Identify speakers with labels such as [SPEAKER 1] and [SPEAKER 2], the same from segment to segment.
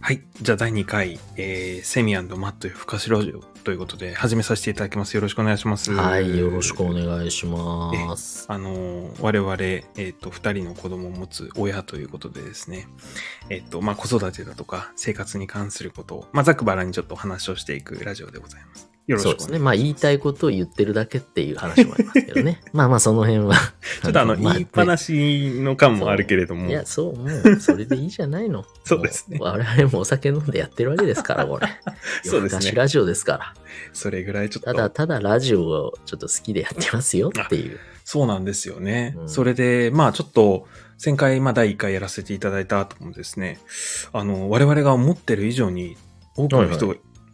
[SPEAKER 1] はい。じゃあ第2回、えー、セミマットよ深しラジオということで始めさせていただきます。よろしくお願いします。
[SPEAKER 2] はい、よろしくお願いします。
[SPEAKER 1] あのー我々、えー、と2人の子供を持つ親ということでですね、えーとまあ、子育てだとか生活に関することを、まあ、ざくばらにちょっとお話をしていくラジオでございます。よろしくお願いします。
[SPEAKER 2] そうですね。まあ、言いたいことを言ってるだけっていう話もありますけどね。 まあまあ、その辺は
[SPEAKER 1] ちょっとあの、
[SPEAKER 2] ま
[SPEAKER 1] 言いっぱなしの感もあるけれども
[SPEAKER 2] い、や、そう、もう、それでいいじゃないの。
[SPEAKER 1] そうですね
[SPEAKER 2] もう我々もお酒飲んでやってるわけですから、これ。
[SPEAKER 1] そうですね
[SPEAKER 2] 夜更かしラジオですから。
[SPEAKER 1] それぐらいちょ
[SPEAKER 2] た
[SPEAKER 1] っ
[SPEAKER 2] だ、
[SPEAKER 1] と、
[SPEAKER 2] ただラジオをちょっと好きでやってますよっていう。
[SPEAKER 1] そうなんですよね。
[SPEAKER 2] うん
[SPEAKER 1] それで、まあちょっと、前回、まあ第1回やらせていただいた後もですね、あの、我々が思ってる以上に多くの人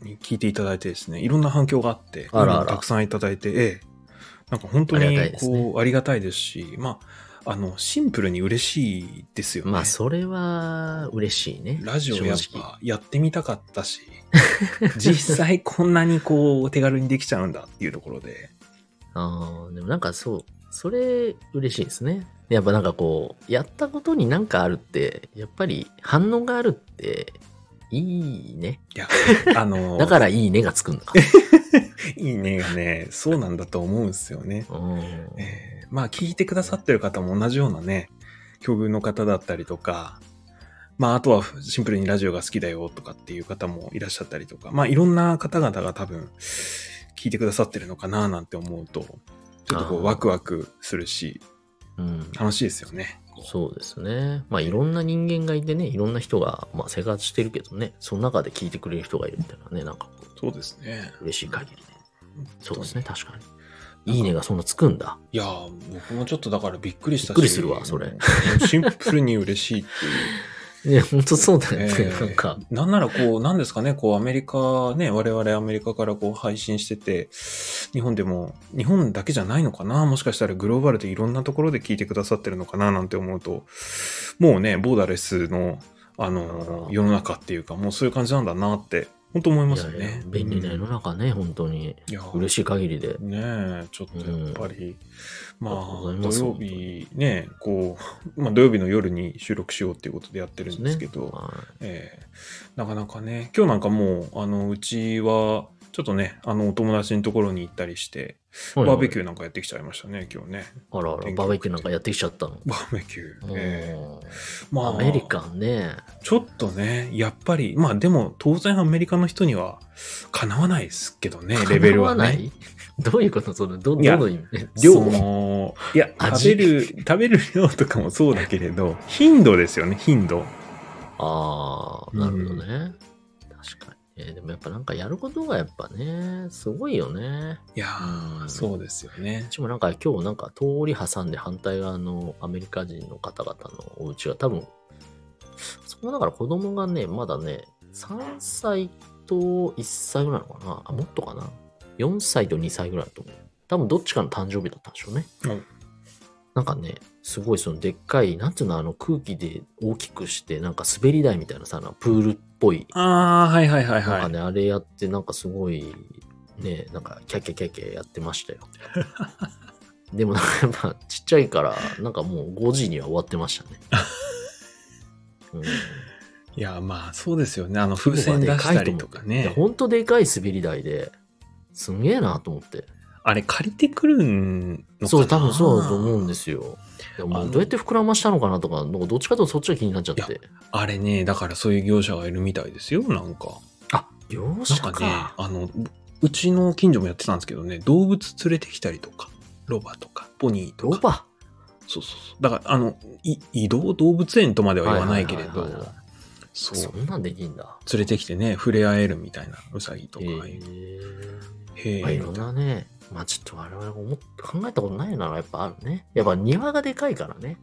[SPEAKER 1] に聞いていただいてですね、いろんな反響があって、
[SPEAKER 2] あらあら
[SPEAKER 1] たくさんいただいて、ええ、なんか本当に
[SPEAKER 2] ありがたいですね
[SPEAKER 1] こう、ありがたいですし、まあ、あの、シンプルに嬉しいですよね。
[SPEAKER 2] まあ、それは嬉しいね。
[SPEAKER 1] ラジオやっ
[SPEAKER 2] 正直
[SPEAKER 1] ぱやってみたかったし、実際こんなにこう、お手軽にできちゃうんだっていうところで、
[SPEAKER 2] ああ、でもなんかそう、それ嬉しいですね。やっぱなんかこう、やったことになんかあるって、やっぱり反応があるって、いいね。
[SPEAKER 1] いや、あ の、
[SPEAKER 2] だからいいねがつくん だか
[SPEAKER 1] いいねがね、そうなんだと思うんですよね。
[SPEAKER 2] ら。うん。
[SPEAKER 1] えーまあ、聞いてくださってる方も同じようなね、境遇の方だったりとか、まあ、あとはシンプルにラジオが好きだよとかっていう方もいらっしゃったりとか、まあ、いろんな方々が多分、聞いてくださってるのかななんて思うと、ちょっとこ
[SPEAKER 2] あー
[SPEAKER 1] う、ワクワクするし、
[SPEAKER 2] うん、
[SPEAKER 1] 楽しいですよね。
[SPEAKER 2] そうですね。まあいろんな人間がいてね、いろんな人が、まあ、生活してるけどね、その中で聞いてくれる人がいるみたいなね、なんかこ
[SPEAKER 1] そうですね。
[SPEAKER 2] う、嬉しい限りで。そうですね、確かに。いいねがそんなつくんだ。
[SPEAKER 1] いやー、僕もちょっとだからびっくりしたし。
[SPEAKER 2] びっくりするわそれ。
[SPEAKER 1] シンプルに嬉しいっていう。
[SPEAKER 2] ね、 ほんとそうだよね、
[SPEAKER 1] えー
[SPEAKER 2] なんか。
[SPEAKER 1] なんならこう、なんですかね、こう、アメリカね、我々アメリカからこう配信してて、日本でも、日本だけじゃないのかな、もしかしたらグローバルでいろんなところで聞いてくださってるのかな、なんて思うと、もうね、ボーダレスの、あの、世の中っていうか、もうそういう感じなんだなって、本当思いますよ
[SPEAKER 2] いやいや
[SPEAKER 1] ね。
[SPEAKER 2] 便利な世の中ね、本当に。
[SPEAKER 1] いや
[SPEAKER 2] 嬉しい限りで。
[SPEAKER 1] ねえ、ちょっとやっぱり、ま
[SPEAKER 2] ありがとうご
[SPEAKER 1] あ
[SPEAKER 2] ざい、ま
[SPEAKER 1] 土
[SPEAKER 2] す
[SPEAKER 1] 曜日ね、こう、まあ土曜日の夜に収録しようっていうことでやってるんですけど、
[SPEAKER 2] は
[SPEAKER 1] えーなかなかね、今日なんかもう、あの、うちは、ちょっとね、あの、お友達のところに行ったりして、
[SPEAKER 2] いはい
[SPEAKER 1] バーベキューなんかやってきちゃいましたね、今日ね。
[SPEAKER 2] あらあら、バーベキューなんかやってきちゃったの。
[SPEAKER 1] バーベキュー。えー
[SPEAKER 2] もう
[SPEAKER 1] ま
[SPEAKER 2] アメリカンね。
[SPEAKER 1] ちょっとね、やっぱり、まあでも、当然アメリカの人には、かなわないですけどね、レベルは
[SPEAKER 2] 叶わな
[SPEAKER 1] ね。
[SPEAKER 2] いどういうことその、ど、ど
[SPEAKER 1] いや
[SPEAKER 2] の意味量
[SPEAKER 1] そ
[SPEAKER 2] も。
[SPEAKER 1] のいや、食
[SPEAKER 2] 味
[SPEAKER 1] べる、食べる量とかもそうだけれど、頻度ですよね、頻度。
[SPEAKER 2] ああ、なるほどね。確かに。えーでもやっぱなんかやることがやっぱね、すごいよね。
[SPEAKER 1] いやー、
[SPEAKER 2] うん
[SPEAKER 1] そうですよね
[SPEAKER 2] う。ちもなんか今日なんか通り挟んで反対側のアメリカ人の方々のお家が多分、そこもだから子供がね、まだね、3歳と1歳ぐらいなのかなあ、もっとかな ?4 歳と2歳ぐらいだと思う。多分どっちかの誕生日だったんでしょうね。
[SPEAKER 1] うん
[SPEAKER 2] なんかね、すごいそのでっかい、なんていうの、あの空気で大きくして、なんか滑り台みたいなさ、なんかプールっぽい。
[SPEAKER 1] あー、はいはいはい
[SPEAKER 2] なん
[SPEAKER 1] は
[SPEAKER 2] か
[SPEAKER 1] い。
[SPEAKER 2] ね、あれやって、なんかすごい、ね、なんかキャッキャキャッキャやってましたよ。 でもなんかやっぱちっちゃいから、なんかもう5時には終わってましたね。う
[SPEAKER 1] い
[SPEAKER 2] ん、
[SPEAKER 1] や、まあ、そうですよね。あの、風船出したりとか
[SPEAKER 2] いや
[SPEAKER 1] ね。
[SPEAKER 2] ほんとでかい滑り台ですんげえなと思って。
[SPEAKER 1] あれ、借りてくるのかな
[SPEAKER 2] そう、多分そうだと思うんですよ。いやも
[SPEAKER 1] あの
[SPEAKER 2] うどうやって膨らましたのかなとか、なんかどっちかというとそっちが気になっちゃって。
[SPEAKER 1] あれね、だからそういう業者がいるみたいですよ、なんか。
[SPEAKER 2] あ、業
[SPEAKER 1] なん
[SPEAKER 2] 者
[SPEAKER 1] か
[SPEAKER 2] か。
[SPEAKER 1] ね、あの、うちの近所もやってたんですけどね、動物連れてきたりとか、ロバとか、ポニーと
[SPEAKER 2] ロ
[SPEAKER 1] か。
[SPEAKER 2] バ。
[SPEAKER 1] そうそうそう。だから、あの、い移動動物園とまでは言わないけれ
[SPEAKER 2] は
[SPEAKER 1] ど
[SPEAKER 2] いはいはいは、
[SPEAKER 1] そ、
[SPEAKER 2] そうんなんできんだ。
[SPEAKER 1] 連れてきてね、触れ合えるみたいな、ウサギとか。
[SPEAKER 2] へ
[SPEAKER 1] へ
[SPEAKER 2] ー
[SPEAKER 1] え
[SPEAKER 2] まあ、いろんなね、まあちょっと我々が思っ考えたことないならやっぱあるね。やっぱ庭がでかいからね。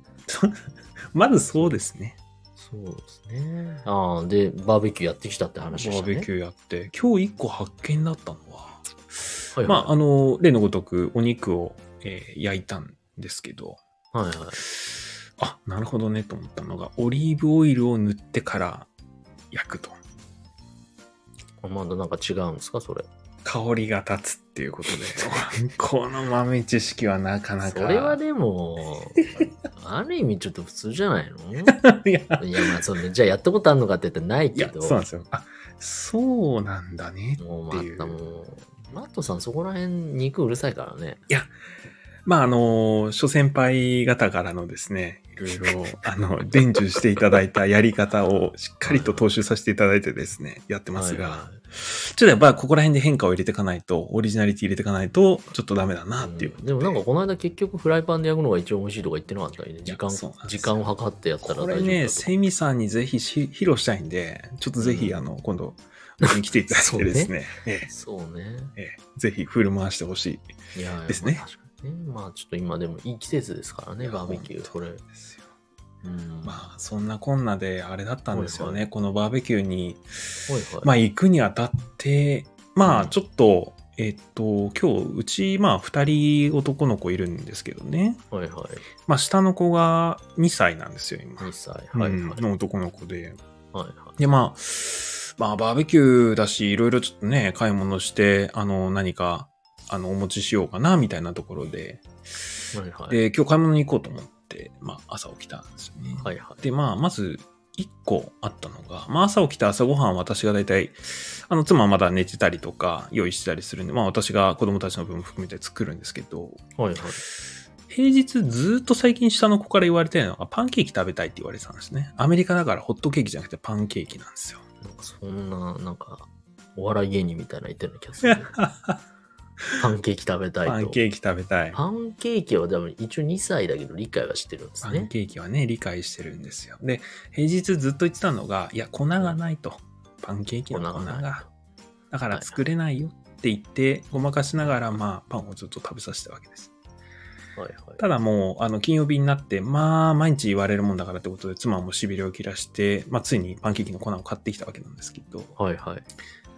[SPEAKER 1] まずそうですね。
[SPEAKER 2] そうですね。ああ、で、バーベキューやってきたって
[SPEAKER 1] バ
[SPEAKER 2] 話でし
[SPEAKER 1] ー
[SPEAKER 2] たね。
[SPEAKER 1] ベキューやって、今日一個発見だったのは、
[SPEAKER 2] はい
[SPEAKER 1] ま
[SPEAKER 2] はい
[SPEAKER 1] あ、あの、例のごとくお肉を、えー焼いたんですけど、
[SPEAKER 2] はいはい。
[SPEAKER 1] あ、なるほどねと思ったのが、オリーブオイルを塗ってから焼くと。
[SPEAKER 2] まだなんか違うんですか、それ。
[SPEAKER 1] 香りが立つって いうことで、この豆知識はなかなか。
[SPEAKER 2] それはでも、ある意味ちょっと普通じゃないの
[SPEAKER 1] いや、
[SPEAKER 2] いや、まあ、そのじゃあやったことあるのかって言ったらない
[SPEAKER 1] い
[SPEAKER 2] け
[SPEAKER 1] や、
[SPEAKER 2] ど、
[SPEAKER 1] そうなんですよ。あ、そうなんだね。っ
[SPEAKER 2] もう
[SPEAKER 1] て
[SPEAKER 2] ま
[SPEAKER 1] いう
[SPEAKER 2] たもう、マットさんそこら辺肉うるさいからね。
[SPEAKER 1] まあ、あの、諸先輩方からのですね、いろいろ、あの、伝授していただいたやり方をしっかりと踏襲させていただいてですね、やってます
[SPEAKER 2] はい
[SPEAKER 1] が
[SPEAKER 2] は、
[SPEAKER 1] ちょっとやっぱここら辺で変化を入れていかないと、オリジナリティ入れていかないと、ちょっとダメだなっていう
[SPEAKER 2] うんでもなんかこの間結局フライパンで焼くのが一番美味しいとか言ってなかったよね。時間
[SPEAKER 1] そうなん、ですよ
[SPEAKER 2] 時間を計ってやったら
[SPEAKER 1] こ
[SPEAKER 2] 大丈夫
[SPEAKER 1] れ
[SPEAKER 2] だと
[SPEAKER 1] ね、セミさんにぜひし披露したいんで、ちょっとぜひ、
[SPEAKER 2] うん
[SPEAKER 1] あの、今度、うちに来ていただいて ですね、ええ
[SPEAKER 2] そうね。
[SPEAKER 1] ええぜひ振る舞わしてほしい
[SPEAKER 2] いやいや
[SPEAKER 1] ですね
[SPEAKER 2] まあ確かにね。まあちょっと今でもいい季節ですからね、バーベキュー。これ。
[SPEAKER 1] ですよ。
[SPEAKER 2] うん
[SPEAKER 1] まあ、そんなこんなであれだったんですよ
[SPEAKER 2] はい
[SPEAKER 1] ね、このバーベキューに。
[SPEAKER 2] はいはい
[SPEAKER 1] まあ、行くにあたって、まあ、
[SPEAKER 2] うん
[SPEAKER 1] ちょっと、えっと、今日、うち、まあ、2人男の子いるんですけどね。
[SPEAKER 2] はいはい。
[SPEAKER 1] まあ、下の子が2歳なんですよ、今。
[SPEAKER 2] 2歳。は
[SPEAKER 1] う
[SPEAKER 2] いはい。
[SPEAKER 1] ん
[SPEAKER 2] はい
[SPEAKER 1] の男の子で。
[SPEAKER 2] はい。
[SPEAKER 1] で、まあ、まあ、バーベキューだし、いろいろちょっとね、買い物して、あの、何か、あの、お持ちしようかな、みたいなところで。
[SPEAKER 2] はいはい。
[SPEAKER 1] で、今日買い物に行こうと思って、まあ、朝起きたんですよね。
[SPEAKER 2] はいはい。
[SPEAKER 1] で、まあ、まず、一個あったのが、まあ、朝起きた朝ごはんは私が大体、あの、妻はまだ寝てたりとか、用意してたりするんで、まあ、私が子供たちの分も含めて作るんですけど、
[SPEAKER 2] はいはい。
[SPEAKER 1] 平日ずっと最近下の子から言われてるのが、パンケーキ食べたいって言われてたんですね。アメリカだからホットケーキじゃなくてパンケーキなんですよ。
[SPEAKER 2] なんかそんな、なんか、お笑い芸人みたいな言ってるような気が するね。パンケーキ食べたいと。
[SPEAKER 1] パンケーキ食べたい。
[SPEAKER 2] パンケーキは多分一応2歳だけど理解はしてるんです
[SPEAKER 1] パン
[SPEAKER 2] ね。
[SPEAKER 1] ケーキはね、理解してるんですよ。で、平日ずっと言ってたのが、いや、粉がないと。パンケーキの粉
[SPEAKER 2] 粉がない
[SPEAKER 1] が。だから作れないよって言って、ごまかしながら、まあ、パンをずっと食べさせたわけです。
[SPEAKER 2] はい
[SPEAKER 1] ただもう、あの、金曜日になって、まあ、毎日言われるもんだからってことで、妻も痺れを切らして、まあ、ついにパンケーキの粉を買ってきたわけなんですけど、
[SPEAKER 2] はい。はいはい。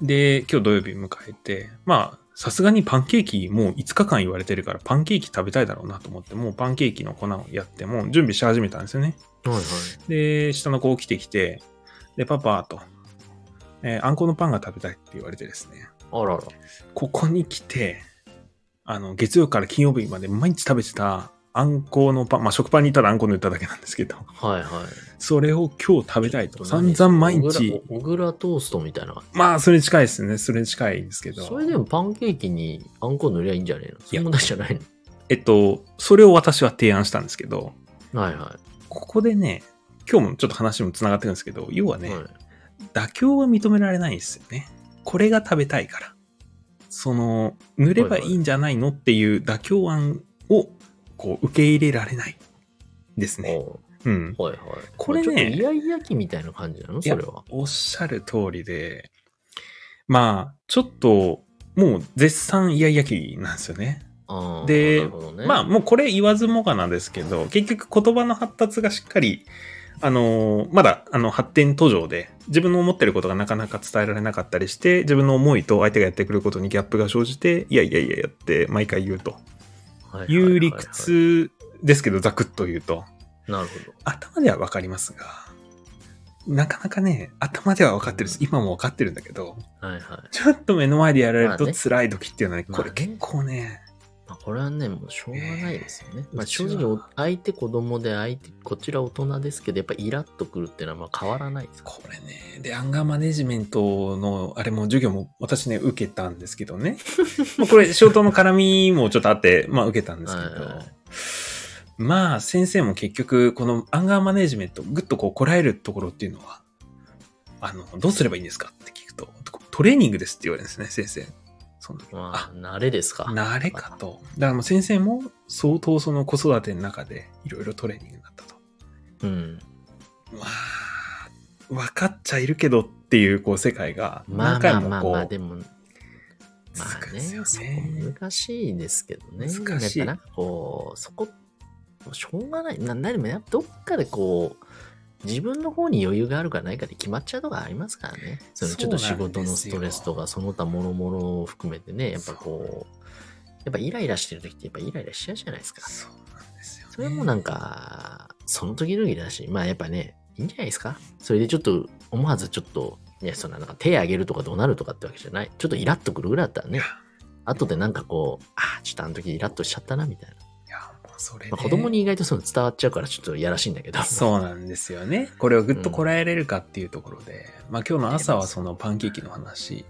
[SPEAKER 1] で、今日土曜日迎えて、まあ、さすがにパンケーキもう5日間言われてるから、パンケーキ食べたいだろうなと思って、もうパンケーキの粉をやって、もう準備し始めたんですよね。
[SPEAKER 2] はいはい。
[SPEAKER 1] で、下の子起きてきて、で、パパと、えーあんこのパンが食べたいって言われてですね、
[SPEAKER 2] あらら。
[SPEAKER 1] ここに来て、あの、月曜から金曜日まで毎日食べてたあんこのパン、まあ、食パンにいたらあんこ塗っただけなんですけど、
[SPEAKER 2] はいはい。
[SPEAKER 1] それを今日食べたいと。 散
[SPEAKER 2] 何
[SPEAKER 1] 々毎
[SPEAKER 2] 小倉
[SPEAKER 1] 日、
[SPEAKER 2] 小倉トーストみたいな感じ。
[SPEAKER 1] まあ、それに近いですね。それに近いんですけど。
[SPEAKER 2] それでもパンケーキにあんこ塗りゃいいんじゃねえのそういう問題じゃない
[SPEAKER 1] えっと、それを私は提案したんですけど、
[SPEAKER 2] のはいは。
[SPEAKER 1] ここでね、今日もちょっと話もつながってるんですけど、要はいね、
[SPEAKER 2] はい
[SPEAKER 1] 妥協は認められないんですよね。これが食べたいから。その、塗ればいいんじゃないのっていう妥協案を、こう、受け入れられない。ですね。
[SPEAKER 2] お
[SPEAKER 1] うん。
[SPEAKER 2] うはいはい。
[SPEAKER 1] これね
[SPEAKER 2] まあちょっとイヤイヤ期みたいな感じなのそ
[SPEAKER 1] や
[SPEAKER 2] れは。
[SPEAKER 1] おっしゃる通りで、まあ、ちょっと、もう絶賛イヤイヤ期なんですよね。
[SPEAKER 2] あー
[SPEAKER 1] で
[SPEAKER 2] なるほどね
[SPEAKER 1] まあもうこれ言わずもがなですけど結局言葉の発達がしっかりあのーまだあの発展途上で自分の思ってることがなかなか伝えられなかったりして自分の思いと相手がやってくることにギャップが生じていやいやいやいやって毎回言うと
[SPEAKER 2] はいはいはいいはいう
[SPEAKER 1] 理屈ですけどざくっと言うと
[SPEAKER 2] なるほ
[SPEAKER 1] 頭ではわかりますがなかなかね頭では分かってるし今も分かってるんだけど
[SPEAKER 2] ど。はいはい。
[SPEAKER 1] ちょっと目の前でやられると
[SPEAKER 2] まあね
[SPEAKER 1] 辛い時っていうのはね
[SPEAKER 2] ま
[SPEAKER 1] こ
[SPEAKER 2] あね
[SPEAKER 1] れ結構ね
[SPEAKER 2] まあ、これはね、もうしょうがないですよね。
[SPEAKER 1] えー
[SPEAKER 2] まあ、正直
[SPEAKER 1] うち
[SPEAKER 2] お
[SPEAKER 1] は、
[SPEAKER 2] 相手子供で、相手、こちら大人ですけど、やっぱイラッとくるっていうのはまあ変わらないですか
[SPEAKER 1] これね、で、アンガーマネジメントの、あれも授業も私ね、受けたんですけど ね。まあこれ、仕事の絡みもちょっとあって、まあ受けたんですけ
[SPEAKER 2] はいはいは
[SPEAKER 1] ど、まあ先生も結局、このアンガーマネジメント、ぐっとこう、こらえるところっていうのは、あの、どうすればいいんですかって聞くと、トレーニングですって言われるんですね、先生。その時
[SPEAKER 2] ら。まあ、慣れですか。
[SPEAKER 1] 慣れかと。だからもう先生も相当その子育ての中でいろいろトレーニングになったと。
[SPEAKER 2] うん。
[SPEAKER 1] まあ、分かっちゃいるけどっていう、こう、世界が、
[SPEAKER 2] ま
[SPEAKER 1] 何
[SPEAKER 2] あま
[SPEAKER 1] 回
[SPEAKER 2] あ
[SPEAKER 1] も
[SPEAKER 2] まあ
[SPEAKER 1] こ
[SPEAKER 2] まあ、
[SPEAKER 1] う
[SPEAKER 2] で、も、ま
[SPEAKER 1] 続く
[SPEAKER 2] あ
[SPEAKER 1] んで
[SPEAKER 2] ね、
[SPEAKER 1] すよ
[SPEAKER 2] そこ
[SPEAKER 1] ね。
[SPEAKER 2] 難しいですけどね。
[SPEAKER 1] 難しい
[SPEAKER 2] やっぱなんかこう、そこ、しょうがない。な、なにもやっぱどっかでこう、自分の方に余裕があるかないかで決まっちゃうとこありますからね。そのちょっと仕事のストレスとか、その他諸々を含めてね、やっぱこう、やっぱイライラしてる時ってやっぱイライラしちゃうじゃないですか。
[SPEAKER 1] そうなんですよ、ね。
[SPEAKER 2] それもなんか、その時々だし、まあやっぱね、いいんじゃないですか。それでちょっと、思わずちょっと、いや、そんななんか手あげるとか怒鳴るとかってわけじゃない。ちょっとイラッとくるぐらいだったら
[SPEAKER 1] い
[SPEAKER 2] ね
[SPEAKER 1] や、
[SPEAKER 2] 後でなんかこう、ああ、ちょっとあの時イラッとしちゃったな、みたいな。
[SPEAKER 1] いや、もうそれ、ね
[SPEAKER 2] まあ子供に意外とそういうの伝わっちゃうからちょっとやらしいんだけど。
[SPEAKER 1] そうなんですよね。これをぐっとこらえれるかっていうところで、まあ今日の朝はそのパンケーキの話、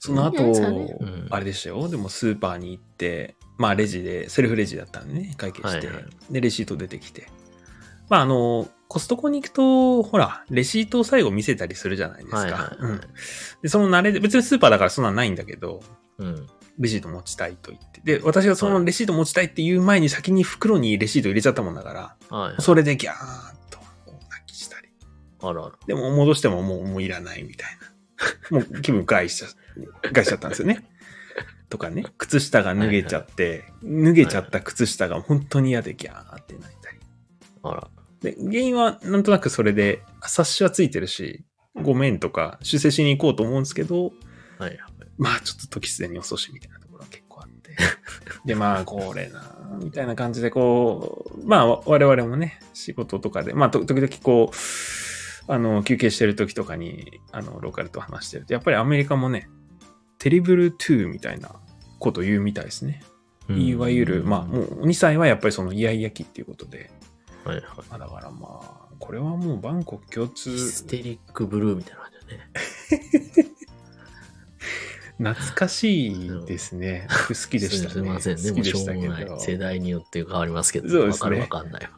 [SPEAKER 1] その
[SPEAKER 2] いい
[SPEAKER 1] 後
[SPEAKER 2] やつだねうん、
[SPEAKER 1] あれでしたよ、でもスーパーに行って、まあレジで、セルフレジだったんでね、会計して、
[SPEAKER 2] はいはい
[SPEAKER 1] で、レシート出てきて。まああの、コストコに行くと、ほら、レシートを最後見せたりするじゃないですか。
[SPEAKER 2] はいはいはい
[SPEAKER 1] うん、で、その慣れで、別にスーパーだからそんなんないんだけど、
[SPEAKER 2] うん。
[SPEAKER 1] レシート持ちたいと言って。で、私がそのレシート持ちたいって言う前に先に袋にレシート入れちゃったもんだから、
[SPEAKER 2] はい。
[SPEAKER 1] それでギャーンと泣きしたり。
[SPEAKER 2] あらあら。
[SPEAKER 1] でも戻してももうもういらないみたいな。 もう気分害しちゃ、害しちゃったんですよね。とかね、靴下が脱げちゃって、脱げちゃった靴下が本当に嫌でギャーって泣いたり。
[SPEAKER 2] あら。
[SPEAKER 1] で、原因はなんとなくそれで、冊子はついてるし、ごめんとか修正しに行こうと思うんですけど、
[SPEAKER 2] はいはい。
[SPEAKER 1] まあちょっと時すでに遅しみたいなところは結構あって。 で、まあこれなあ、みたいな感じでこう、まあ我々もね、仕事とかで、まあと時々こう、あの、休憩してる時とかに、あの、ローカルと話してると、やっぱりアメリカもね、テリブル2みたいなこと言うみたいですね。いわゆる、まあも
[SPEAKER 2] う
[SPEAKER 1] う2歳はやっぱりそのイヤイヤ期っていうことで、
[SPEAKER 2] ん。はいはい。
[SPEAKER 1] まあだからまあ、これはもうバンコク共通
[SPEAKER 2] ヒステリックブルーみたいな感じだね。
[SPEAKER 1] 懐かしいですね。僕好きでしたね。
[SPEAKER 2] すいませんね。
[SPEAKER 1] 好
[SPEAKER 2] も
[SPEAKER 1] き
[SPEAKER 2] う
[SPEAKER 1] で
[SPEAKER 2] しょ
[SPEAKER 1] した
[SPEAKER 2] う
[SPEAKER 1] け
[SPEAKER 2] も
[SPEAKER 1] ど
[SPEAKER 2] ない。世代によって変わりますけど、
[SPEAKER 1] そうで
[SPEAKER 2] わ
[SPEAKER 1] す
[SPEAKER 2] か
[SPEAKER 1] ね
[SPEAKER 2] るわか んないわ。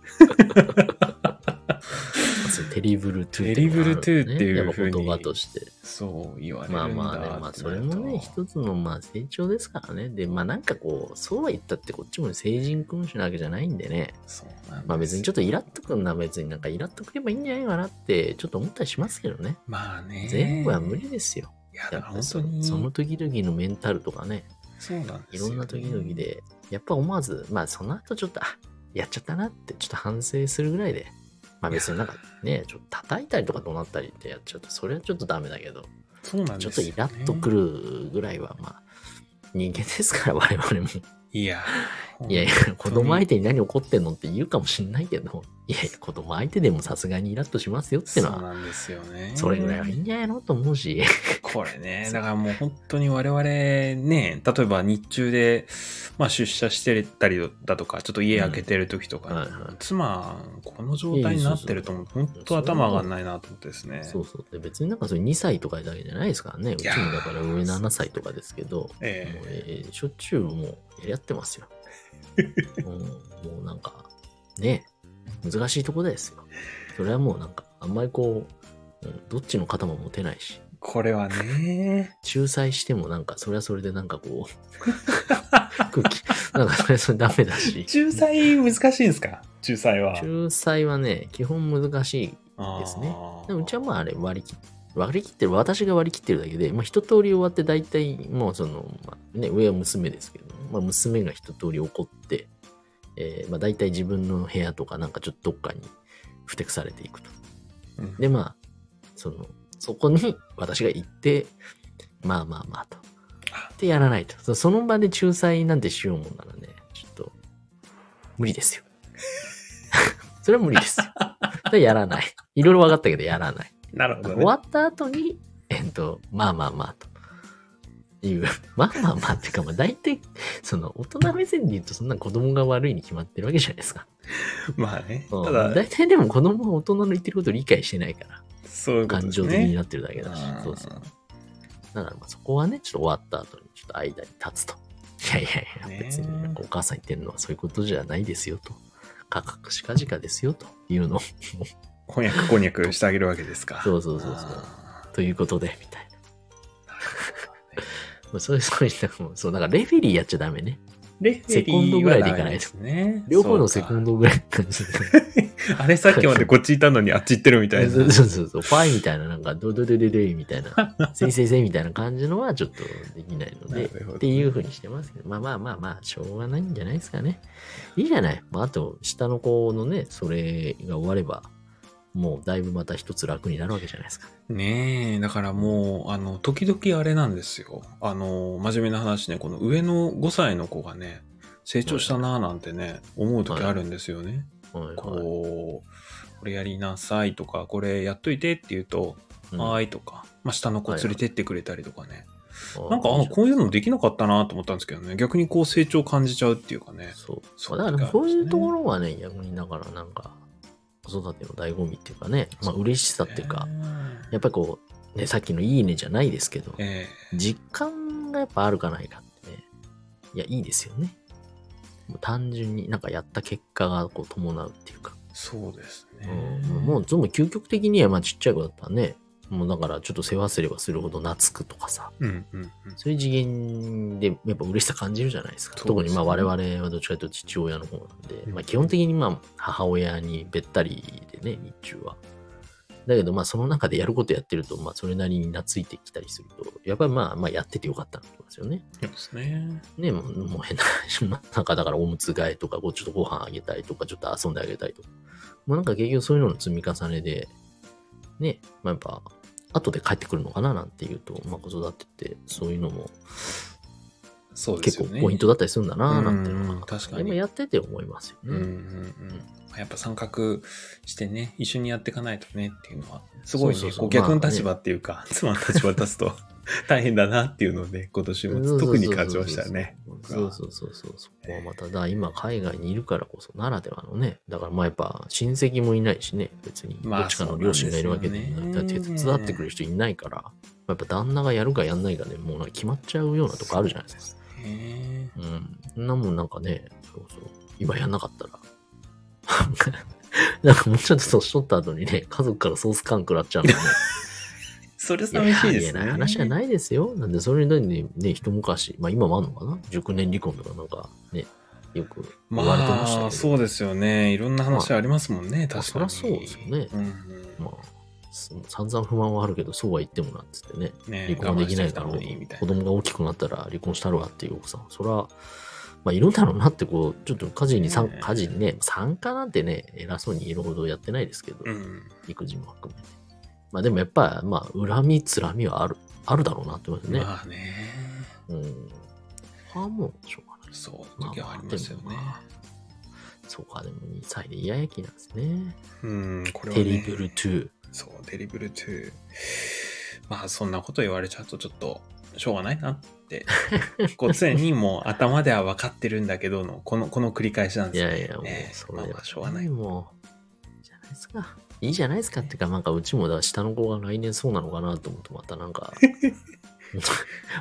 [SPEAKER 2] そうテリブル2って
[SPEAKER 1] テリブルトゥーっていう
[SPEAKER 2] のがあるんだね
[SPEAKER 1] 風に
[SPEAKER 2] やっぱ言葉として。
[SPEAKER 1] そう言われるんだ
[SPEAKER 2] まあまあね、まあそれ
[SPEAKER 1] っ
[SPEAKER 2] もね、
[SPEAKER 1] てなると
[SPEAKER 2] 一つのまあ成長ですからね。で、まあなんかこう、そうは言ったってこっちも成人君主なわけじゃないんでね。
[SPEAKER 1] そうなんです
[SPEAKER 2] まあ別にちょっとイラっとくんな別になんかイラっとくればいいんじゃないかなってちょっと思ったりしますけどね。
[SPEAKER 1] まあね
[SPEAKER 2] 全部は無理ですよ。
[SPEAKER 1] いや
[SPEAKER 2] や
[SPEAKER 1] だ
[SPEAKER 2] っ
[SPEAKER 1] から
[SPEAKER 2] ぱ
[SPEAKER 1] 本
[SPEAKER 2] そ
[SPEAKER 1] 当に
[SPEAKER 2] その時々のメンタルとかね、
[SPEAKER 1] そうなんです
[SPEAKER 2] い
[SPEAKER 1] よ
[SPEAKER 2] ろんな時々で、やっぱ思わず、まあその後ちょっと、あやっちゃったなってちょっと反省するぐらいで、まあ別になんかね、ちょっと叩いたりとか怒鳴ったりってやっちゃうと、それはちょっとダメだけど、
[SPEAKER 1] そうなんです
[SPEAKER 2] ちょ
[SPEAKER 1] よ
[SPEAKER 2] っとイラっとく
[SPEAKER 1] る
[SPEAKER 2] るぐらいは、まあ、人間ですから、我々も。
[SPEAKER 1] いや
[SPEAKER 2] いやい
[SPEAKER 1] や
[SPEAKER 2] や、子供相手に何怒ってんのって言うかもしんないけど、いやいや、子供相手でもさすがにイラッとしますよっ
[SPEAKER 1] そ
[SPEAKER 2] て
[SPEAKER 1] う
[SPEAKER 2] のは、
[SPEAKER 1] なんですよね
[SPEAKER 2] それぐらいはいいんじゃないのと思うし、
[SPEAKER 1] これねだからもう本当に我々ね例えば日中で、まあ、出社してたりだとかちょっと家開けてる時とかに、
[SPEAKER 2] うんはいはい
[SPEAKER 1] 妻この状態になってると思う本当頭上がんないなと思ってですね
[SPEAKER 2] そうそう。で別になんかそれ2歳とかだけじゃないですからね。うち
[SPEAKER 1] やー
[SPEAKER 2] もだから上7歳とかですけど、もう
[SPEAKER 1] ええ
[SPEAKER 2] えーしょっちゅうもうやってますよ。うんもうなんか、ね難しいとこですよ。それはもうなんか、あんまりこう、うんどっちの肩も持てないし、
[SPEAKER 1] これはね
[SPEAKER 2] 仲裁してもなんか、それはそれでなんかこう、空気、なんかそれはそれダメ だし。
[SPEAKER 1] 仲裁難しいんですか仲裁は
[SPEAKER 2] 仲裁はね、基本難しいですね
[SPEAKER 1] あー
[SPEAKER 2] でもうちはまああれ割り切割り切ってる私が割り切ってるだけで、まあ、一通り終わって大体もうその、まあね、上は娘ですけど、まあ、娘が一通り怒って、えーまあ、大体自分の部屋とかなんかちょっとどっかにふてくされていくと
[SPEAKER 1] うん
[SPEAKER 2] でまあそのそこに私が行ってまあまあまあと
[SPEAKER 1] あ
[SPEAKER 2] でやらないとそその場で仲裁なんてしようもんならねちょっと無理ですよ それは無理ですよ でやらないいろいろ分かったけどやらない
[SPEAKER 1] なるほど、ね。
[SPEAKER 2] 終わった後に、えっと、まあまあまあと。いう、 まあまあまあっていうか、まあ大体、その、大人目線で言うと、そんな子供が悪いに決まってるわけじゃないですか。
[SPEAKER 1] まあね。
[SPEAKER 2] うん
[SPEAKER 1] ただ、
[SPEAKER 2] 大体でも子供は大人の言ってることを理解してないから、
[SPEAKER 1] そういうことで
[SPEAKER 2] 感
[SPEAKER 1] す
[SPEAKER 2] 情的に
[SPEAKER 1] ね。
[SPEAKER 2] なってるだけだし、
[SPEAKER 1] うん
[SPEAKER 2] そうそう。だから、まあそこはね、ちょっと終わった後に、ちょっと間に立つと。いやいやい
[SPEAKER 1] ね
[SPEAKER 2] や、別に、お母さん言ってるのはそういうことじゃないですよと。価格しかじかですよというのを
[SPEAKER 1] 翻訳こんにゃくしてあげるわけですか。
[SPEAKER 2] そうそうそうそう
[SPEAKER 1] あ
[SPEAKER 2] ということで、みたいな。 まあそういう、そういう、なんかもうそう、だからレフェリーやっちゃダメね。
[SPEAKER 1] ーレフェリー
[SPEAKER 2] セコンドぐらいでいかない
[SPEAKER 1] は
[SPEAKER 2] と
[SPEAKER 1] ですね。
[SPEAKER 2] 両方のセコン
[SPEAKER 1] ド。
[SPEAKER 2] ドぐらいの感じで。
[SPEAKER 1] あれさっきまでこっちいたのにあっち行ってるみたいな
[SPEAKER 2] そう。そうそうそう。ファイみたいな、なんか、ドドドドドイみたい な、せいせいせいみたいな感じのはちょっとできないので、
[SPEAKER 1] なるほど
[SPEAKER 2] っていうふうにしてますけど、まあまあまあまあ、しょうがないんじゃないですかね。いいじゃない。まあ、あと、下の子のね、それが終われば、もうだいぶまた一つ楽になるわけじゃないですか。
[SPEAKER 1] ねえ、だからもう、あの、時々あれなんですよ。あの、真面目な話ね、この上の5歳の子がね、成長したなぁなんてね、思う時あるんですよね。
[SPEAKER 2] はいはい
[SPEAKER 1] こう、これやりなさいとか、これやっといてって言うと、
[SPEAKER 2] うん
[SPEAKER 1] はーいとか、まあ、下の子連れてってくれたりとかね、なんか、あこういうのできなかったなと思ったんですけどね。逆にこう成長感じちゃうっていうかね。
[SPEAKER 2] そう。
[SPEAKER 1] そう
[SPEAKER 2] だか
[SPEAKER 1] って
[SPEAKER 2] ら
[SPEAKER 1] 感じで
[SPEAKER 2] そうい
[SPEAKER 1] す
[SPEAKER 2] う
[SPEAKER 1] ね
[SPEAKER 2] ところはね、逆にだからなんか、子育ての醍醐味っていうかね、まあ嬉しさっていうか、やっぱりこう、ね、さっきのいいねじゃないですけど、
[SPEAKER 1] え
[SPEAKER 2] 実感がやっぱあるかないかってね、いや、いいですよね。もう単純になんかやった結果がこう伴うっていうか、
[SPEAKER 1] えそうですね。
[SPEAKER 2] うん、もう、全部究極的にはまあちっちゃい子だったらね、もうだからちょっと世話すればするほど懐くとかさ、
[SPEAKER 1] うんうんうん。
[SPEAKER 2] そういう次元でやっぱ嬉しさ感じるじゃないですか。
[SPEAKER 1] そう
[SPEAKER 2] 特
[SPEAKER 1] で
[SPEAKER 2] に
[SPEAKER 1] すね
[SPEAKER 2] まあ我々はどっちかというと父親の方なんで、
[SPEAKER 1] うん
[SPEAKER 2] まあ基本的にまあ母親にべったりでね、日中は。だけどまあその中でやることやってると、まあそれなりに懐いてきたりすると、やっぱりまあまあやっててよかったなと思いますよね。
[SPEAKER 1] そうですね。
[SPEAKER 2] ね、もうもう変な話、まあなん かだからおむつ替えとか、こうちょっとご飯あげたりとか、ちょっと遊んであげたりとか。まあなんか結局そういうのの積み重ねで、ね、まあやっぱ、後で帰ってくるのかななんていうと、まあ子育てってそういうのも
[SPEAKER 1] そうです
[SPEAKER 2] 結
[SPEAKER 1] よ
[SPEAKER 2] 構
[SPEAKER 1] ね。
[SPEAKER 2] ポイントだったりするんだななんていう
[SPEAKER 1] う
[SPEAKER 2] の
[SPEAKER 1] ん
[SPEAKER 2] は、
[SPEAKER 1] 確かに
[SPEAKER 2] でもやってて思いますよ
[SPEAKER 1] うんうん
[SPEAKER 2] ね。
[SPEAKER 1] うん。やっぱ参画してね、一緒にやっていかないとねっていうのは、すごいね、
[SPEAKER 2] そうそうそう
[SPEAKER 1] こう逆
[SPEAKER 2] まあ
[SPEAKER 1] の
[SPEAKER 2] ね
[SPEAKER 1] 立場っていうか、 妻の立場出すと 大変だなっていうので、今年
[SPEAKER 2] そ
[SPEAKER 1] も
[SPEAKER 2] うそうそうそう
[SPEAKER 1] 特に感じましたね。。
[SPEAKER 2] そうそうそうそう。そこはまた、だから今海外にいるからこそならではのね。だからまあやっぱ親戚もいないしね、別に。
[SPEAKER 1] まあ
[SPEAKER 2] どっちかの両親がいるわけでもない。
[SPEAKER 1] そうなんです
[SPEAKER 2] だから
[SPEAKER 1] よ
[SPEAKER 2] 手
[SPEAKER 1] ね
[SPEAKER 2] 伝ってくれる人いないから、やっぱ旦那がやるかやんないかでもうなんか決まっちゃうようなとこあるじゃないですか。
[SPEAKER 1] か。へ
[SPEAKER 2] うん。そんなもんなんかね、そうそう。今やんなかったら。なんかもうちょっと年取った後にね、家族からソース感食らっちゃうのね。
[SPEAKER 1] えそれ
[SPEAKER 2] いや
[SPEAKER 1] 寂しいです
[SPEAKER 2] あり
[SPEAKER 1] ね。
[SPEAKER 2] えない話じゃ
[SPEAKER 1] い。
[SPEAKER 2] ないですよ。なんで、それなりにね、一昔、まあ今もあるのかな熟年離婚とかなんかね、よく言われてましたけど。
[SPEAKER 1] まあ、そうですよね。いろんな話ありますもんね、
[SPEAKER 2] まあ
[SPEAKER 1] 確かに。
[SPEAKER 2] そりゃそうですよね
[SPEAKER 1] うん
[SPEAKER 2] まあ、そ散々不満はあるけど、そうは言ってもなっつってね、
[SPEAKER 1] うん。ね
[SPEAKER 2] 離婚できないだろ
[SPEAKER 1] 我
[SPEAKER 2] う
[SPEAKER 1] 慢してきたのにみたい
[SPEAKER 2] 子
[SPEAKER 1] な。
[SPEAKER 2] 供が大きくなったら離婚したるわっていう奥さん、そら、まあいるんだろうなって、こう、ちょっと家事に参、
[SPEAKER 1] ねえ
[SPEAKER 2] 家事にね、参加なんてね、偉そうに言えるほどやってないですけど、
[SPEAKER 1] うん。
[SPEAKER 2] 育児も含めて。まあでもやっぱ、まあ、恨み、つらみはある、あるだろうなって思いますね。
[SPEAKER 1] まあね。
[SPEAKER 2] うん。これはもう、しょうがない。
[SPEAKER 1] そう、時はありますよね。
[SPEAKER 2] まあそうか、でも2歳でイヤヤキなんですね。
[SPEAKER 1] うん、これは、
[SPEAKER 2] テ
[SPEAKER 1] ね。
[SPEAKER 2] リブル2。
[SPEAKER 1] そう、デリブル2。まあ、そんなこと言われちゃうと、ちょっと、しょうがないなって。こう常にもう頭では分かってるんだけどの、この、この繰り返しなん
[SPEAKER 2] い
[SPEAKER 1] ですよ。
[SPEAKER 2] やいや、もう
[SPEAKER 1] ね、え
[SPEAKER 2] それ
[SPEAKER 1] まあまあしょうがない
[SPEAKER 2] もう、いいじゃないですか。いいじゃないですかっていうか、なんかうちも、だから下の子が来年そうなのかなと思うと、またなんか、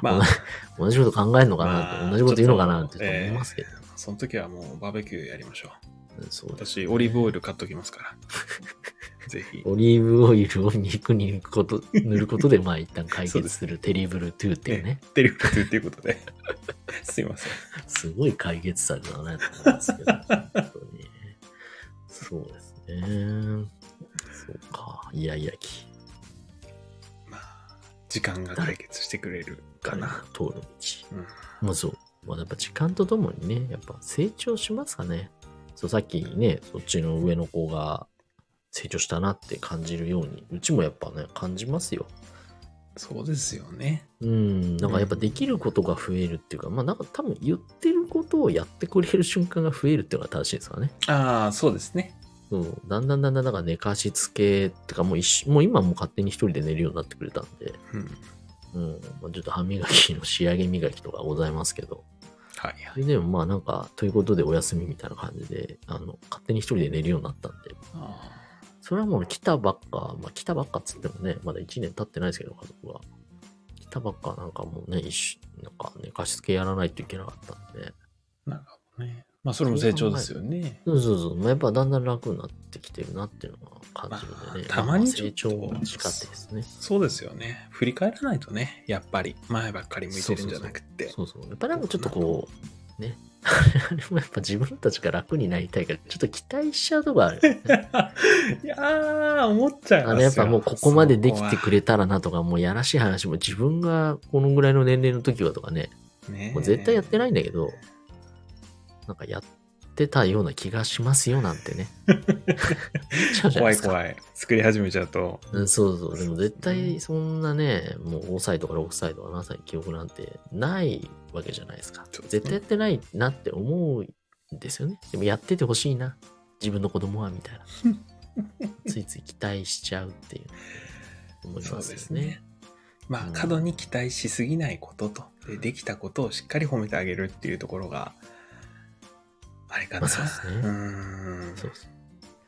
[SPEAKER 1] まあ、
[SPEAKER 2] 同じこと考えるのかなと、
[SPEAKER 1] まあ
[SPEAKER 2] 同じこと言うのかなって
[SPEAKER 1] ちょっと
[SPEAKER 2] 思いますけど、
[SPEAKER 1] その時はもうバーベキューやりましょう。
[SPEAKER 2] そうです。
[SPEAKER 1] 私、オリーブオイル買っときますから。ぜひ。
[SPEAKER 2] オリーブオイルを肉に塗ること、 塗ることで、まあ一旦解
[SPEAKER 1] そう
[SPEAKER 2] 決
[SPEAKER 1] です
[SPEAKER 2] するテリブル2っていうね、
[SPEAKER 1] デリブル2っていうことで。 すいません。
[SPEAKER 2] すごい解決策だなと思いますけど、本当に。そうですね。そうか、イヤイヤ期。
[SPEAKER 1] まあ、時間が解決してくれるかな。
[SPEAKER 2] 通
[SPEAKER 1] うん。
[SPEAKER 2] る道。まあそう。まあ、やっぱ時間とともにね、やっぱ成長しますかね。そう、さっきね、そっちの上の子が成長したなって感じるように、うちもやっぱね、感じますよ。
[SPEAKER 1] そうですよね。
[SPEAKER 2] うん、なんかやっぱできることが増えるっていうか、まあなんか多分言ってることをやってくれる瞬間が増えるっていうのが正しいですかね。
[SPEAKER 1] ああ、そうですね。
[SPEAKER 2] そう、だんだんだんだんなんか寝かしつけってかもう一緒もう今はもう勝手に一人で寝るようになってくれたんで、
[SPEAKER 1] うん。
[SPEAKER 2] うん、まあちょっと歯磨きの仕上げ磨きとかございますけど、
[SPEAKER 1] はいはい
[SPEAKER 2] そ。れでもまあなんか、ということでお休みみたいな感じで、あの、勝手に一人で寝るようになったんで、
[SPEAKER 1] あ
[SPEAKER 2] それはもう来たばっか、まあ来たばっかっつってもね、まだ1年経ってないですけど、家族は。来たばっかなんかもうね、一緒なんか寝かしつけやらないといけなかったんで、
[SPEAKER 1] あ、なるほどね。まあ、それも成長ですよね。
[SPEAKER 2] そうそうそう、まあ、やっぱだんだん楽になってきてるなっていうのは感じるんでね。
[SPEAKER 1] まあたまにちょ
[SPEAKER 2] 成
[SPEAKER 1] っと
[SPEAKER 2] 長の仕方ですね。
[SPEAKER 1] そうですよね。振り返らないとね、やっぱり前ばっかり向いてるんじゃなくって。
[SPEAKER 2] そうそう。やっぱなんかちょっとこう、ね。 あれもやっぱ自分たちが楽になりたいから、ちょっと期待しちゃうとこあるよね。
[SPEAKER 1] いやー、思っちゃいます
[SPEAKER 2] あ
[SPEAKER 1] よ
[SPEAKER 2] のやっぱもうここまでできてく
[SPEAKER 1] れ、
[SPEAKER 2] れたらなとか、もうやらしい話も自分がこのぐらいの年齢の時はとかね、
[SPEAKER 1] ね
[SPEAKER 2] もう絶対やってないんだけど、なんかやってたような気がしますよなん てね。ちゃうじゃな
[SPEAKER 1] 怖い
[SPEAKER 2] いですか
[SPEAKER 1] 怖い。作り始めちゃうと。
[SPEAKER 2] うんそうそう。でも絶
[SPEAKER 1] う
[SPEAKER 2] 対そんなね、もう5歳とか6歳とか7歳記憶なんてないわけじゃないですか
[SPEAKER 1] そうですね。
[SPEAKER 2] 絶対やってないなって思うんですよね。でもやっててほしいな。自分の子供はみたいな。 ついつい期待しちゃうっていう。思いますよね。。
[SPEAKER 1] ま
[SPEAKER 2] う
[SPEAKER 1] あ、
[SPEAKER 2] ん
[SPEAKER 1] 過度に期待しすぎないことと、で、できたことをしっかり褒めてあげるっていうところが、あれかな。
[SPEAKER 2] まあそうですね
[SPEAKER 1] うーん。
[SPEAKER 2] そうです。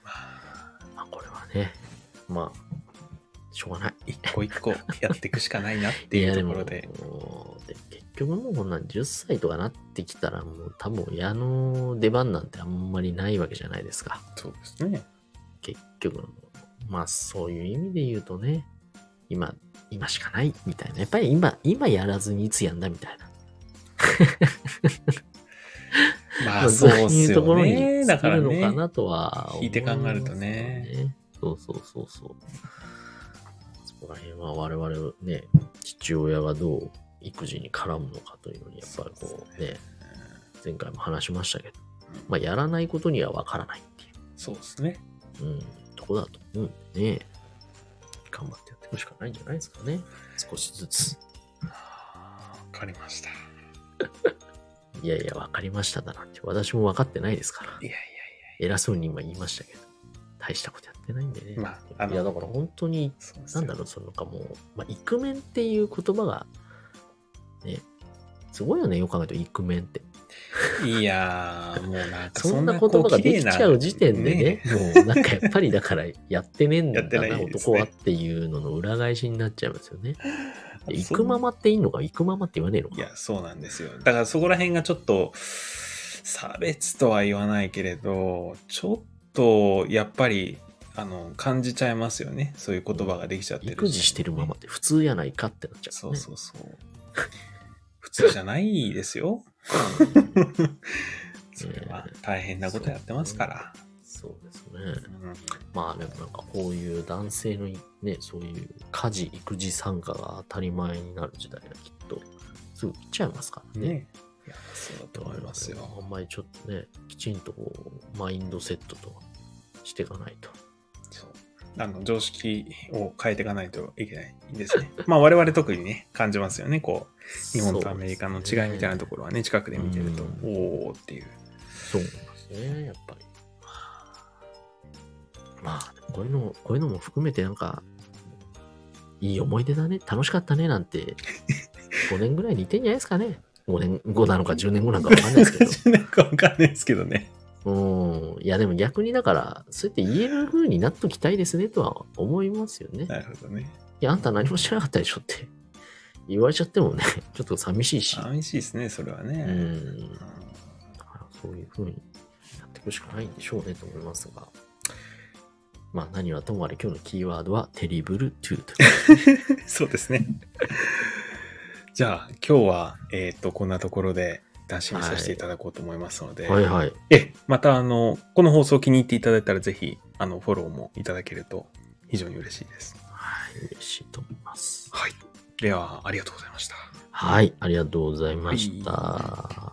[SPEAKER 1] まあ、
[SPEAKER 2] まあ、これはね、まあ、しょうがない。
[SPEAKER 1] 一個一個やっていくしかないなって
[SPEAKER 2] い
[SPEAKER 1] い
[SPEAKER 2] や
[SPEAKER 1] う
[SPEAKER 2] で
[SPEAKER 1] と
[SPEAKER 2] も
[SPEAKER 1] ころで。
[SPEAKER 2] もうで結局もうこんなん10歳とかなってきたらもう多分親の出番なんてあんまりないわけじゃないですか
[SPEAKER 1] そうですね。
[SPEAKER 2] 結局まあそういう意味で言うとね今今しかないみたいなやっぱり今今やらずにいつやんだみたいな
[SPEAKER 1] ま
[SPEAKER 2] ま
[SPEAKER 1] あ、
[SPEAKER 2] あ
[SPEAKER 1] そうっす
[SPEAKER 2] とこ
[SPEAKER 1] よ
[SPEAKER 2] ろに
[SPEAKER 1] ね。だ
[SPEAKER 2] 尽き
[SPEAKER 1] から
[SPEAKER 2] るのか
[SPEAKER 1] ね。
[SPEAKER 2] なとは思
[SPEAKER 1] 引いて考えるとね
[SPEAKER 2] ますよねそうそうそうそうそこら辺は我々ね父親がどう育児に絡むのかというのにやっぱりこうね前回も話しましたけど、まあ、やらないことにはわからないっ
[SPEAKER 1] そうですね。
[SPEAKER 2] ていう、うん、とこだと思うんでね、頑張ってやっていくしかないんじゃないですかね。少しずつ。
[SPEAKER 1] わかりました。い
[SPEAKER 2] いやいや、わかりましただなんて、私も分かってないですから。
[SPEAKER 1] やいやい
[SPEAKER 2] 偉そうに今言いましたけど、大したことやってないんでね。
[SPEAKER 1] や。まあ、あ
[SPEAKER 2] いや、だから本当に、
[SPEAKER 1] そうです
[SPEAKER 2] な
[SPEAKER 1] よ
[SPEAKER 2] んだろう、そのなんかもう、まあ、イクメンっていう言葉が、ね、すごいよね、よく考えると、イクメンって。
[SPEAKER 1] いやー、もうなんか
[SPEAKER 2] そ
[SPEAKER 1] そ
[SPEAKER 2] ん
[SPEAKER 1] ん
[SPEAKER 2] な
[SPEAKER 1] な
[SPEAKER 2] 言
[SPEAKER 1] こ
[SPEAKER 2] 葉
[SPEAKER 1] と
[SPEAKER 2] ができちゃう時点でね、もうなんかやっぱりだからやってねえん だ
[SPEAKER 1] やってない
[SPEAKER 2] な、
[SPEAKER 1] ですね
[SPEAKER 2] 男はっていうのの裏返しになっちゃいますよね。で行くま
[SPEAKER 1] ま。
[SPEAKER 2] まっていいのか、行くままって言わねえの
[SPEAKER 1] いや
[SPEAKER 2] か。、
[SPEAKER 1] そうなんですよ。だからそこら辺がちょっと、差別とは言わないけれど、ちょっと、やっぱり、あの、感じちゃいますよね。そういう言葉ができちゃってる。
[SPEAKER 2] 育児してるままって普通やないかってなっちゃう、
[SPEAKER 1] そう
[SPEAKER 2] ね。
[SPEAKER 1] そうそう。普通じゃないですよ。それは大変なことやってますから。
[SPEAKER 2] そうです
[SPEAKER 1] う
[SPEAKER 2] ね。
[SPEAKER 1] ん
[SPEAKER 2] まあでもなんかこういう男性のね、そういう家事、育児参加が当たり前になる時代がきっとすぐ来ちゃいますからね。
[SPEAKER 1] ね。いや、そうだと思いますよ。
[SPEAKER 2] あんまりちょっとね、きちんとこう、マインドセットとしていかないと。
[SPEAKER 1] そうあの常識を変えていかないといけないんですね。 まあ我々特にね感じますよねこう日本とアメリカの違いみたいなところはね近くで見てると、
[SPEAKER 2] うん
[SPEAKER 1] おおっていう
[SPEAKER 2] そうなんですね、やっぱり。まあ、こういうのも、こういうのも含めてなんか、いい思い出だね、楽しかったね、なん て、5年ぐらいにいてんじゃないですかね。5年後なのか10年後なのかわかんないです け ど。
[SPEAKER 1] なんかわかんないですけどね。
[SPEAKER 2] うん。いや、でも逆にだから、そうやって言える風になっときたいですね、とは思いますよね。
[SPEAKER 1] なるほどね。
[SPEAKER 2] いや、あんた何も知らなかったでしょって言われちゃってもね、ちょっと寂しいし。
[SPEAKER 1] 寂しいですねそれは
[SPEAKER 2] う
[SPEAKER 1] ね。
[SPEAKER 2] ん。
[SPEAKER 1] うん
[SPEAKER 2] だからそういうふうにやっていくしかないんでしょうねと思いますが。まあ何はともあれ今日のキーワードはテリブル2という。
[SPEAKER 1] そうですね。 じゃあ今日はえっ、とこんなところで楽しみさせていただこうと思いますので、
[SPEAKER 2] はいはい。
[SPEAKER 1] ええまたあのこの放送気に入っていただいたらぜひあのフォローもいただけると非常に嬉しいです。
[SPEAKER 2] はい、嬉しいと思います。
[SPEAKER 1] はい。では、ありがとうございました。
[SPEAKER 2] はい、ありがとうございました。